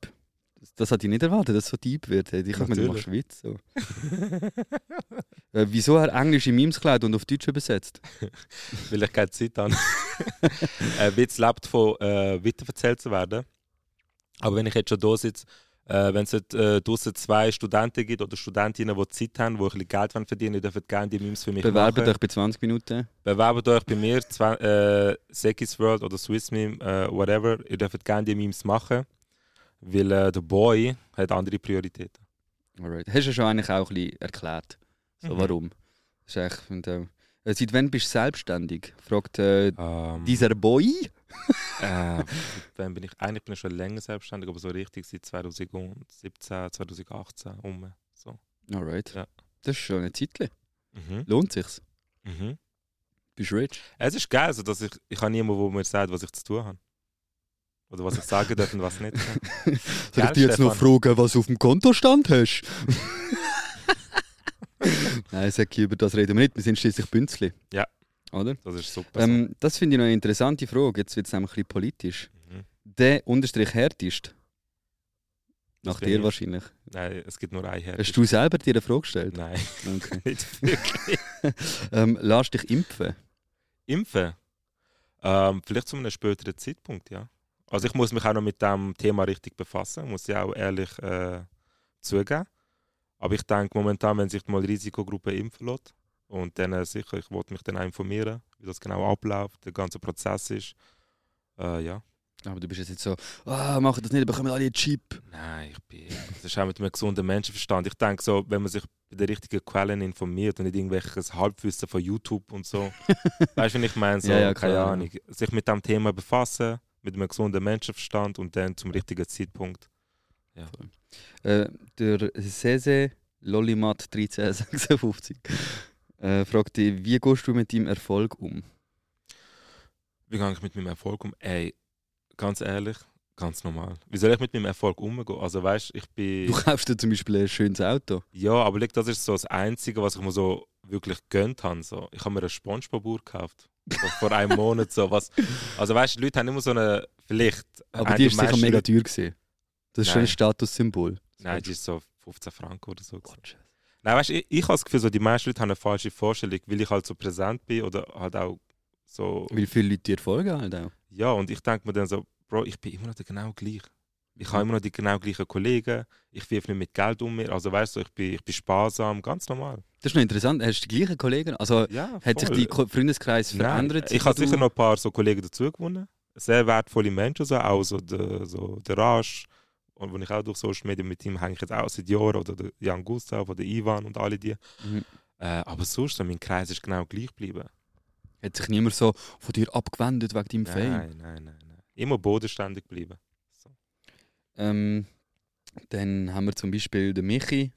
Das, das hatte ich nicht erwartet, dass es so deep wird. Hey. Ich habe mir du
Natürlich.
machst Witz. So. Äh, wieso er Englisch in Memes geklaut und auf Deutsch übersetzt?
weil ich keine Zeit habe. äh, Witz lebt von äh, weiterverzählt zu werden. Aber wenn ich jetzt schon da sitze, äh, wenn es jetzt, äh, draußen zwei Studenten gibt oder Studentinnen, die Zeit haben, die ein bisschen Geld wollen verdienen wollen, dürfen gerne die Memes für mich
Bewerben
machen.
euch bei 20 Minuten.
Bewerbt euch bei mir, zwei, äh, Sekis World oder Swiss Meme, äh, whatever. Ihr dürft gerne die Memes machen, weil äh, der Boy hat andere Prioritäten.
Alright. Hast du ja schon eigentlich auch ein bisschen erklärt, so,
Mhm.
warum. Das ist eigentlich, und, äh, Äh, Seit wann bist du selbstständig? Fragt äh,
Ähm,
dieser Boy.
äh, wann bin ich? Eigentlich bin ich schon länger selbstständig, aber so richtig seit 2017, 2018 um. So.
Alright.
Ja.
Das ist schon ein Zeitchen.
Mhm.
Lohnt sich's.
Mhm.
Bist rich.
Es ist geil, so dass ich, ich habe niemanden, der mir sagt, was ich zu tun habe. Oder was ich sagen darf und was nicht.
Soll ich
Gell,
dich jetzt noch fragen, was du auf dem Kontostand hast? Nein, Seki, über das reden wir nicht. Wir sind schließlich Bünzli.
Ja.
Oder?
Das ist super.
Ähm, das finde ich noch eine interessante Frage. Jetzt wird es nämlich ein bisschen politisch.
so. mhm.
Der Unterstrich härtest.
Das
Nach
bin
dir
ich.
wahrscheinlich.
Nein, es gibt nur einen Herd.
Hast du selber dir eine Frage gestellt?
Nein,
Okay.
nicht wirklich.
ähm, lass dich impfen.
Impfen? Ähm, vielleicht zu einem späteren Zeitpunkt, ja. Also ich muss mich auch noch mit dem Thema richtig befassen, muss ich auch ehrlich äh, zugeben. Aber ich denke momentan, wenn sich mal die Risikogruppe impfen lässt, und dann äh, sicher, ich wollte mich dann auch informieren, wie das genau abläuft, der ganze Prozess ist. Äh, ja.
Aber du bist jetzt nicht so, ah, mach das nicht, bekommen alle einen Chip.
Nein, ich bin. Das ist auch mit einem gesunden Menschenverstand. Ich denke so, wenn man sich bei den richtigen Quellen informiert und nicht irgendwelches Halbwissen von YouTube und so. weißt du, was ich meine? So,
Ja, ja,
keine
klar.
Ahnung. Sich mit dem Thema befassen, mit einem gesunden Menschenverstand und dann zum richtigen Zeitpunkt.
Äh, der Sese Lollimat 1356 äh, fragt dich, wie gehst du mit deinem Erfolg um?
Wie gehe ich mit meinem Erfolg um? Ey, ganz ehrlich, ganz normal. Wie soll ich mit meinem Erfolg umgehen? Also, weißt du, ich bin.
Du kaufst dir zum Beispiel ein schönes Auto.
Ja, aber look, das ist so das Einzige, was ich mir so wirklich gönnt habe. So. Ich habe mir eine Spongebob-Uhr gekauft. So Vor einem Monat. So. Was, also weißt du, die Leute haben immer so eine. Vielleicht.
Aber
haben
die ist sicher
meisten
mega
Leute-
teuer gewesen. Das ist schon ein
Nein.
Statussymbol.
Nein, die ist so 15 Franken oder so.
Oh,
gewesen.
Scheiße.
Nein, weißt du, ich, ich habe das Gefühl, so, die meisten Leute haben eine falsche Vorstellung, weil ich halt so präsent bin oder halt auch so.
Weil viele Leute dir folgen halt auch.
Ja, und ich denke mir dann so, Bro, ich bin immer noch der genau gleich. Ich habe immer noch die genau gleichen Kollegen. Ich wirf nicht mit Geld um mir. Also weißt du, ich bin, ich bin sparsam, ganz normal.
Das ist noch interessant. Hast du die gleichen Kollegen? Also
Ja,
hat sich
voll.
dein Ko- Freundeskreis verändert?
Nein, ich
seit
habe
du-
sicher noch ein paar so Kollegen dazu gewonnen. Sehr wertvolle Menschen, so, auch so der, so der Rasch. Und wo ich auch durch Social Media mit ihm hänge ich jetzt auch seit Jahren. Oder der Jan Gustav oder Ivan und alle die.
Mhm.
Äh, aber sonst, so, mein Kreis ist genau gleich geblieben.
Hat sich niemand so von dir abgewendet wegen deinem Fame?
Nein, nein, nein, nein. Immer bodenständig geblieben. So.
Ähm, dann haben wir zum Beispiel den Michi.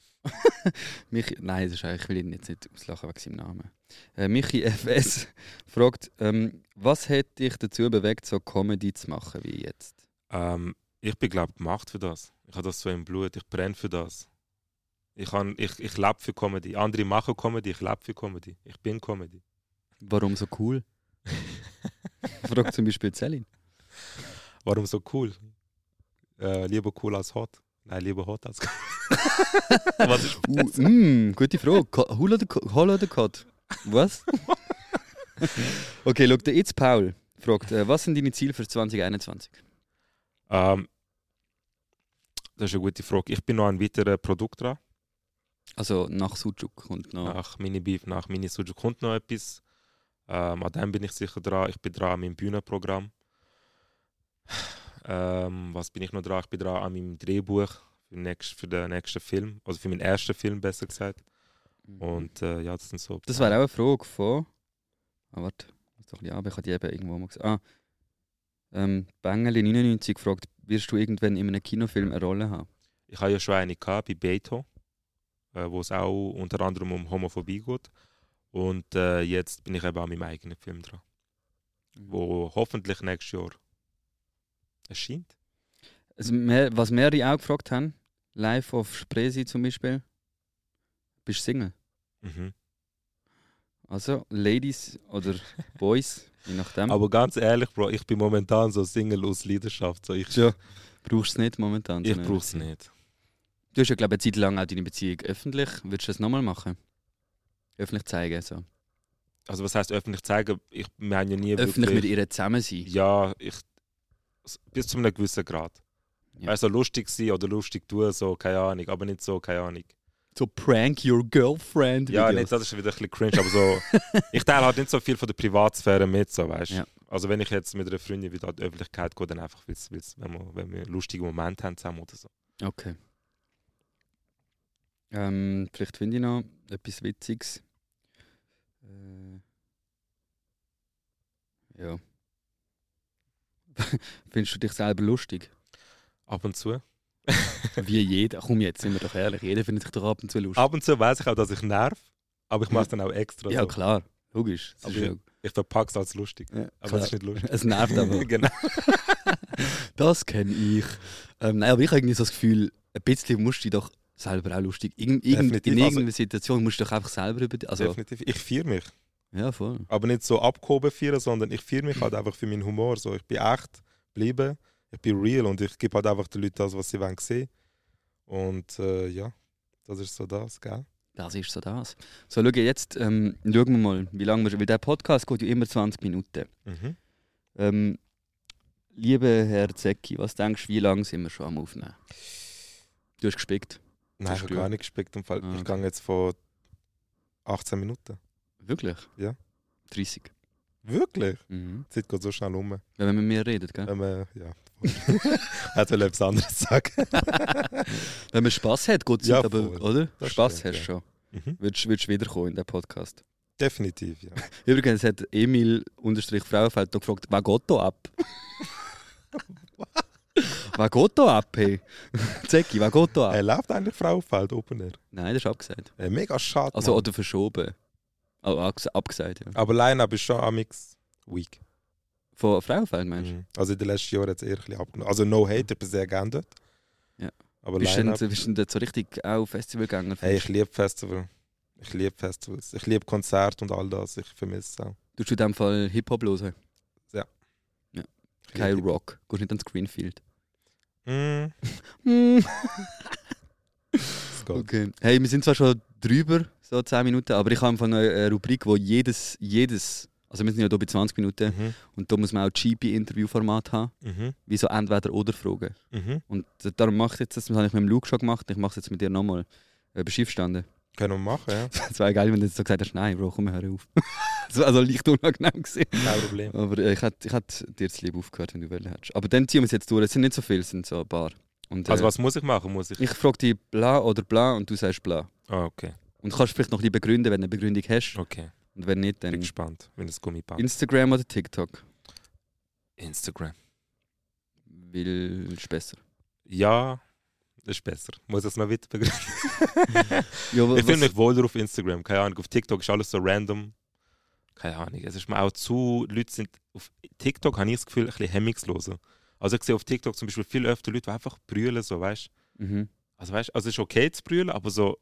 Michi nein, das ist, eigentlich- ich will ihn jetzt nicht auslachen wegen seinem Namen. Äh, Michi FS fragt, ähm, was hat dich dazu bewegt, so Comedy zu machen wie jetzt?
Ähm, ich bin, glaube ich, gemacht für das. Ich habe das so im Blut, ich brenne für das. Ich, han- ich, ich lebe für Comedy. Andere machen Comedy, ich lebe für Comedy. Ich bin Comedy.
Warum so cool? fragt zum Beispiel Celine.
Warum so cool? Äh, lieber cool als hot. Nein, lieber hot als cool. Was ist
Uh, mm, gute Frage. Ko- Hol oder, Ko- Hol oder Kot? Was? okay, schau, der It's Paul fragt, äh, was sind deine Ziele für 2021?
ähm, das ist eine gute Frage. Ich bin noch an weiteren Produkt dran.
Also nach Sujuk kommt noch.
Nach Mini Beef, nach Mini Sujuk kommt noch etwas. Ähm, an dem bin ich sicher dran. Ich bin dran an meinem Bühnenprogramm. Ähm, was bin ich noch dran? Ich bin dran an meinem Drehbuch für den, nächsten, für den nächsten Film. Also für meinen ersten Film, besser gesagt. Und äh, ja, das sind so.
Mhm. Das wäre auch eine Frage von. Ah, warte, ich muss doch ein bisschen ab, ich habe die eben irgendwo mal gesehen. Ah, ähm, Bengeli99 fragt, wirst du irgendwann in einem Kinofilm eine Rolle haben?
Ich habe ja schon eine gehabt bei Beto, äh, wo es auch unter anderem um Homophobie geht. Und äh, jetzt bin ich eben an meinem eigenen Film dran,
Mhm.
wo hoffentlich nächstes Jahr erscheint.
Also, mehr, was mehrere auch gefragt haben, live auf Spresi zum Beispiel, bist du Single?
Mhm.
Also, Ladies oder Boys, je nachdem.
Mhm. Aber ganz ehrlich, Bro, ich bin momentan so Single aus Leidenschaft. So ich
ja, brauchst du es nicht momentan.
ich
sondern-
brauche es nicht.
Du hast ja, glaube ich, eine Zeit lang auch deine Beziehung öffentlich. Würdest du das nochmal machen? Öffentlich zeigen, so.
Also was heißt öffentlich zeigen? Ich meine ja nie
Öffentlich mit
wirklich.
ihr zusammen sein.
ja, ich bis zu einem gewissen Grad.
Ja.
Also lustig sein oder lustig tun, so keine Ahnung, aber nicht so keine Ahnung.
So prank your girlfriend.
Ja, nicht, das ist wieder ein bisschen cringe, aber so. ich teile halt nicht so viel von der Privatsphäre mit, so weißt du.
Ja.
Also wenn ich jetzt mit einer Freundin wieder an die Öffentlichkeit gehe, dann einfach, weil's, weil's, wenn, wir, wenn wir lustige Momente haben zusammen oder so.
Okay. Ähm, vielleicht finde ich noch etwas Witziges. Äh, Ja. Findest du dich selber lustig?
Ab und zu.
Wie jeder. Komm jetzt, sind wir doch ehrlich. Jeder findet sich doch ab und zu lustig.
Ab und zu weiß ich auch, dass ich nerv, aber ich mache es dann auch extra.
ja,
so.
klar. Logisch. Es,
Aber
ist ja,
Ich verpacke es als lustig,
ja,
aber
klar.
es ist nicht lustig.
es nervt aber.
genau.
das kenne ich. Ähm, nein, aber ich habe irgendwie so das Gefühl, ein bisschen musst du dich doch selber auch lustig. Irgend, irgend, in
Definitiv. Also-
irgendeiner Situation musst du dich einfach selber über dich. Also,
Definitiv. Ich feiere mich.
ja, voll.
Aber nicht so abgehoben feiern, sondern ich feiere mich halt einfach für meinen Humor. So, ich bin echt, bleibe, ich bin real und ich gebe halt einfach den Leuten das, was sie wollen sehen. Und äh, ja, das ist so das, gell?
Das ist so das. So, schau, jetzt ähm, schauen wir mal, wie lange wir. Weil der Podcast geht ja immer 20 Minuten.
Mhm.
Ähm, lieber Herr Zecki, was denkst du, wie lange sind wir schon am Aufnehmen? Du hast gespickt.
Nein, ich
Hast
habe
du-
gar nicht gespickt im Fall.
Ah,
Ich
okay.
gehe jetzt von 18 Minuten.
Wirklich?
Ja.
30.
Wirklich?
Mhm.
Die Zeit geht so schnell um.
Ja, Wenn wir mit mir reden, gell?
Ähm, äh, ja. Hat will etwas anderes sagen.
Wenn man Spass hat, geht es
Ja,
aber,
voll.
oder?
Das
Spass
stimmt,
hast du schon.
Mhm.
Würdest du wiederkommen in den Podcast?
Definitiv, ja.
Übrigens hat Emil-Frauenfeld noch gefragt, was geht da ab? was geht da ab, hey? Zecki, was geht da ab?
Er läuft eigentlich Frau auf Feld, Open Air.
Nein, das ist abgesagt.
Äh, mega schade.
Also,
Mann.
oder verschoben. Oh, abges- abgesagt, ja.
Aber Line-Up ist schon amix weak.
Von Frauenfeld, meinst du?
Mhm. Also in den letzten Jahren hat es eher ein bisschen abgenommen. Also No Hate, ich bin sehr gerne dort.
Ja.
Aber
Bist du denn,
Line-Up...
bist du denn so richtig auch Festivalgänger?
Hey, ich liebe Festival. Ich liebe Festivals. Ich liebe Konzerte und all das. Ich vermisse es auch.
Tust du in dem Fall Hip-Hop hören?
Ja.
ja.
Ich
Kein
liebe-
Rock. Gehst nicht ans Greenfield.
Mhm. Es geht.
Okay. Hey, wir sind zwar schon drüber, so 10 Minuten, aber ich habe einfach noch eine Rubrik, wo jedes, jedes, also wir sind ja hier bei 20 Minuten
Mhm.
und da muss man auch GP-Interviewformat haben,
Mhm.
wie so Entweder-Oder-Fragen.
Mhm.
Und darum mache ich jetzt das, das habe ich mit dem Luke schon gemacht, ich mache es jetzt mit dir nochmal. Äh, Bist du einverstanden?
Können wir machen, ja.
Es wäre geil, wenn du jetzt so gesagt hast, nein, Bro, komm, hör auf. das war also leicht unangenehm gewesen.
Kein Problem.
Aber äh, ich hätte ich hätte dir das Liebe aufgehört, wenn du wollen hättest. Aber dann ziehen wir es jetzt durch, es sind nicht so viele, es sind so ein paar. Und, äh,
Also was muss ich machen? Muss ich...
Ich frage dich bla oder bla und du sagst bla.
Ah, okay.
Und kannst vielleicht noch ein bisschen begründen, wenn du eine Begründung hast.
Okay.
Und wenn nicht,
Bin
dann
gespannt, wenn es Gummi passt.
Instagram oder TikTok.
Instagram.
Willst du besser?
Ja, das ist besser. Muss das noch weiter begründen.
Ja, wa-
ich fühle
was-
mich wohl auf Instagram. Keine Ahnung, auf TikTok ist alles so random. Keine Ahnung. Es ist mir auch zu. Leute sind. Auf TikTok habe ich das Gefühl, ein bisschen hemmungsloser. Also, ich sehe auf TikTok zum Beispiel viel öfter Leute, die einfach brüllen, so, weißt
Mhm.
Also, weißt also es ist okay zu brüllen, aber so.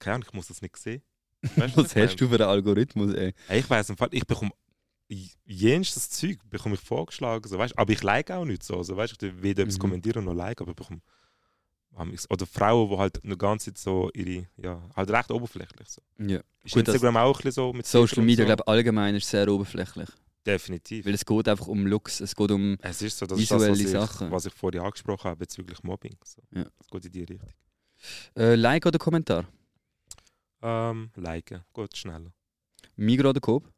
Keine Ahnung, ich muss das nicht sehen. Weißt
Was hast du für einen Algorithmus, ey?
Hey, Ich weiß im Fall, ich bekomme. Jenes das Zeug bekomme ich vorgeschlagen, so, weißt? aber ich like auch nicht so. Also, weißt? Ich will weder etwas
Mhm.
kommentieren noch like, aber ich bekomme. Oder Frauen, die halt eine ganze Zeit so ihre. Ja, halt recht oberflächlich. So.
Ja.
Ist
Gut, das-
Instagram auch ein bisschen so mit Twitter
Social
und
Media,
so?
glaube ich, allgemein ist sehr oberflächlich.
Definitiv.
Weil es geht einfach um Looks, es geht um...
es ist so, das ist das, was
visuelle
ich,
Sachen.
was ich vorher angesprochen habe bezüglich Mobbing. So.
Ja.
Das geht in die Richtung.
Äh, like oder Kommentar?
Ähm, liken, geht schneller.
Migros oder Coop?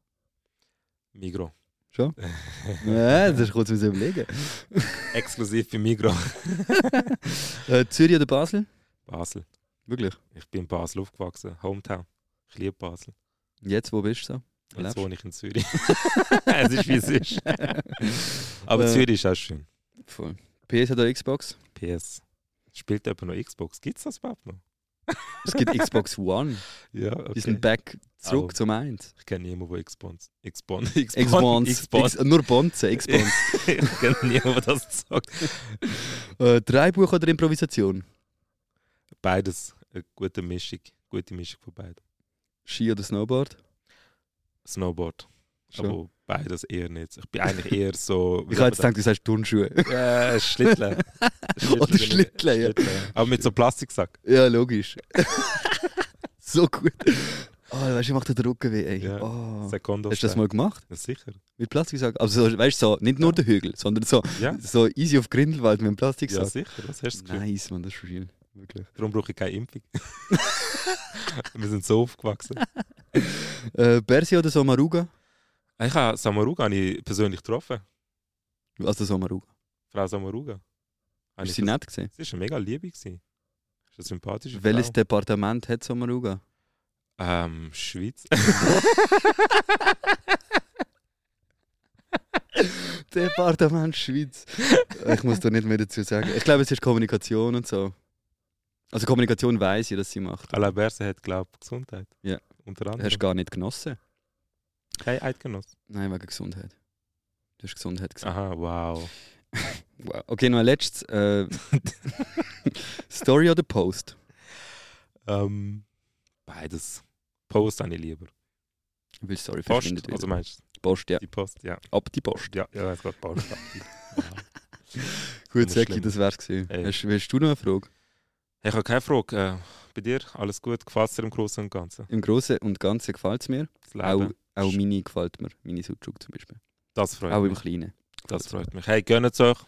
Migro.
Schon? Nein, das ist kurz müssen überlegen.
Exklusiv für Migro.
Äh, Zürich oder Basel?
Basel.
Wirklich.
Ich bin in Basel aufgewachsen. Hometown. Ich liebe Basel.
Jetzt, wo bist du so?
Jetzt
Lebst.
wohne ich in Zürich. es ist wie es ist. Aber
Äh.
Zürich ist auch schön.
Voll. PS oder Xbox?
PS. Spielt jemand noch Xbox? Gibt es das überhaupt noch?
Es gibt Xbox One.
Ja,
Die
okay.
sind back zurück
Au.
zum Eins.
Ich kenne niemanden, der Xbox. Xbox. Xbox.
X-Bonds.
Xbox.
X- Nur Bonze, X-Bonds.
Ich kenne niemanden, der das sagt.
Äh, Drehbuch oder Improvisation?
Beides eine gute Mischung. Gute Mischung von beiden.
Ski oder Snowboard?
Snowboard.
Schon.
Aber beides eher nicht. Ich bin eigentlich eher so.
ich habe jetzt gedacht, du sagst Turnschuhe.
Äh, Schlittle. Schlittle
Oder
bin ich.
Schlittle, ja.
Schlittle. Aber mit so Plastiksack.
ja, logisch. so gut. Oh, weißt du, ich mache den Rücken weh, ey.
Ja.
Oh.
Sekundos.
Hast du das mal gemacht?
Ja, sicher.
Mit Plastiksack? Also, so, weißt du, so, nicht nur
Ja.
der Hügel, sondern so,
Ja.
so easy auf Grindelwald mit dem
Ja,
Plastiksack.
sicher. Was hast du das Gefühl?
nice, man, das ist real. Wirklich.
Darum brauche ich keine Impfung. Wir sind so aufgewachsen.
Äh, Bersi oder Sommaruga?
Ah, Ich habe Samaruga habe ich persönlich getroffen.
Also Sommaruga.
Frau Samaruga. Habe
Hast du
ich
sie
pers-
nett gesehen?
Sie war eine mega liebe. Gewesen. Ist eine sympathische
Welches
Frau.
Departement hat Sommaruga?
Ähm, Schweiz.
Departement Schweiz. Äh, Ich muss da nicht mehr dazu sagen. Ich glaube, es ist Kommunikation und so. Also Kommunikation weiß ich, dass sie macht.
Alain Berset hat, glaube ich, Gesundheit.
Ja.
Unter
Du
anderem.
hast gar nicht genossen.
kein Eidgenoss.
Nein, wegen Gesundheit. Du hast Gesundheit gesagt.
Aha, wow.
Wow. Okay, noch ein letztes. Äh, Story oder Post?
Ähm, beides. Post habe ich lieber.
Ich will Story verschwindet
Post,
wieder.
also meinst du?
Post, ja.
Die Post, ja.
Ab die Post.
Ja, ja, es geht Post.
Gut,
Nicht
Säcki,
schlimm.
das wär's gewesen.
Ey.
Hast, hast du noch eine Frage?
ich habe keine Frage. Äh, bei dir alles gut? Gefällt dir im Großen und Ganzen?
Im Großen und Ganzen gefällt es mir.
Das
Auch,
Leben?
auch meine gefällt mir. Meine Sutschuk zum Beispiel.
Das freut
Auch
mich.
im Kleinen.
Das freut mich. Hey, gönnt euch.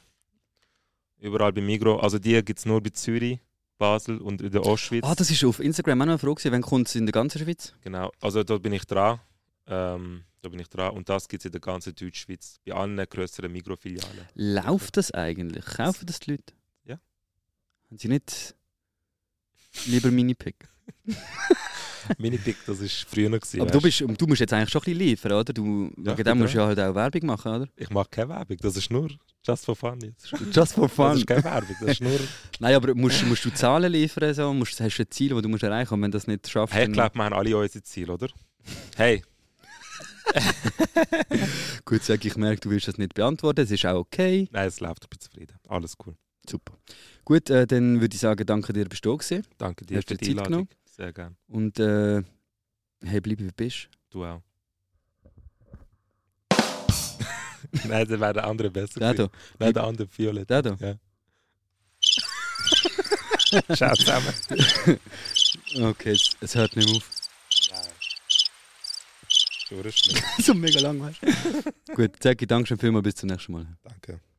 Überall bei Migro. Also die gibt es nur bei Zürich, Basel und in der Ostschweiz.
Ah, das ist auf Instagram auch noch eine Frage. gewesen. Wann kommt es in der ganzen Schweiz?
Genau. Also dort bin ich dran. Ähm, da bin ich dran. Und das gibt es in der ganzen Deutschschweiz. Bei allen grösseren Migro-Filialen.
Läuft das eigentlich? Kaufen das die Leute?
Ja.
Haben sie nicht lieber Minipick?
Minipick, das war früher. Gewesen,
Aber
weißt
du, bist, du musst jetzt eigentlich schon ein bisschen liefern, oder? Du,
Ja,
wegen dem
bitte.
musst du ja halt auch Werbung machen, oder?
Ich mache keine Werbung. Das ist nur just for fun jetzt.
Just for
Das
fun.
ist keine Werbung. Das ist nur...
Nein, aber musst, musst du Zahlen liefern? So? Musst, hast du ein Ziel, das du musst erreichen musst? Und wenn du das nicht schaffst,
Hey, ich
dann-
glaube, wir haben alle unsere Ziele, oder? Hey,
Gut, sag ich merke, du willst das nicht beantworten. Es ist auch okay.
nein, es läuft. Ich bin zufrieden. Alles cool.
Super. Gut, äh, dann würde ich sagen, danke dir, bist du da gewesen.
Danke dir
Hast du
für die
Zeit
Einladung.
genommen?
Sehr gerne.
Und äh, hey, bleib wie du bist.
Du auch. nein, dann wäre der andere besser
Der
gewesen.
da,
Nein, der andere Violet.
der da.
Ciao zusammen.
Okay, es, es hört nicht mehr auf.
Nein. Durchschnitt.
so mega lang, weißt du. Gut, Zeki, danke schön vielmals, bis zum nächsten Mal.
Danke.